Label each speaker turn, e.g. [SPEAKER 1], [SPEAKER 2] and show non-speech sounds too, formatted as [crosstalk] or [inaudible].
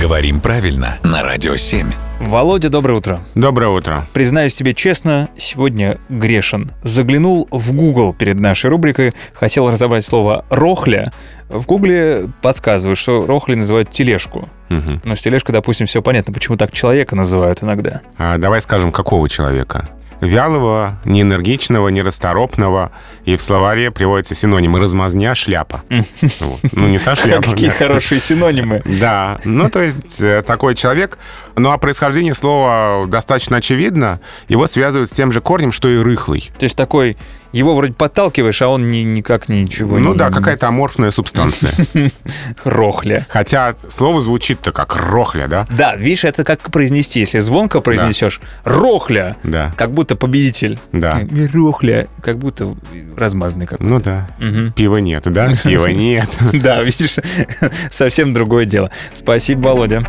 [SPEAKER 1] Говорим правильно на Радио 7.
[SPEAKER 2] Володя, доброе утро.
[SPEAKER 3] Доброе утро.
[SPEAKER 2] Признаюсь тебе честно, сегодня грешен. Заглянул в Google перед нашей рубрикой, хотел разобрать слово «рохля». В Гугле подсказывают, что рохли называют тележку.
[SPEAKER 3] Мгм.
[SPEAKER 2] Но с тележкой, допустим, все понятно, почему так человека называют
[SPEAKER 3] [laughs]
[SPEAKER 2] иногда.
[SPEAKER 3] А давай скажем, какого человека? Вялого, неэнергичного, нерасторопного. И в словаре приводятся синонимы
[SPEAKER 2] [laughs]
[SPEAKER 3] «размазня», «шляпа». Вот. Ну, не та шляпа.
[SPEAKER 2] Какие
[SPEAKER 3] да.
[SPEAKER 2] хорошие синонимы.
[SPEAKER 3] Да, ну то есть э, такой человек. Ну а происхождение слова достаточно очевидно. Его связывают с тем же корнем, что и рыхлый.
[SPEAKER 2] То есть такой, его вроде подталкиваешь, а он ни- никак ничего не...
[SPEAKER 3] Ну да, какая-то
[SPEAKER 2] [laughs]
[SPEAKER 3] аморфная субстанция.
[SPEAKER 2] Рохля.
[SPEAKER 3] Хотя слово звучит-то как рохля, да?
[SPEAKER 2] Да, видишь, это как произнести, если звонко произнесешь «рохля»,
[SPEAKER 3] Да,
[SPEAKER 2] как будто победитель.
[SPEAKER 3] да.
[SPEAKER 2] И Рохля, как будто размазанный как.
[SPEAKER 3] Ну да.
[SPEAKER 2] Мгм. [laughs]
[SPEAKER 3] Пива нет, да? Пива нет.
[SPEAKER 2] Да, видишь, совсем другое дело. Спасибо, Володя.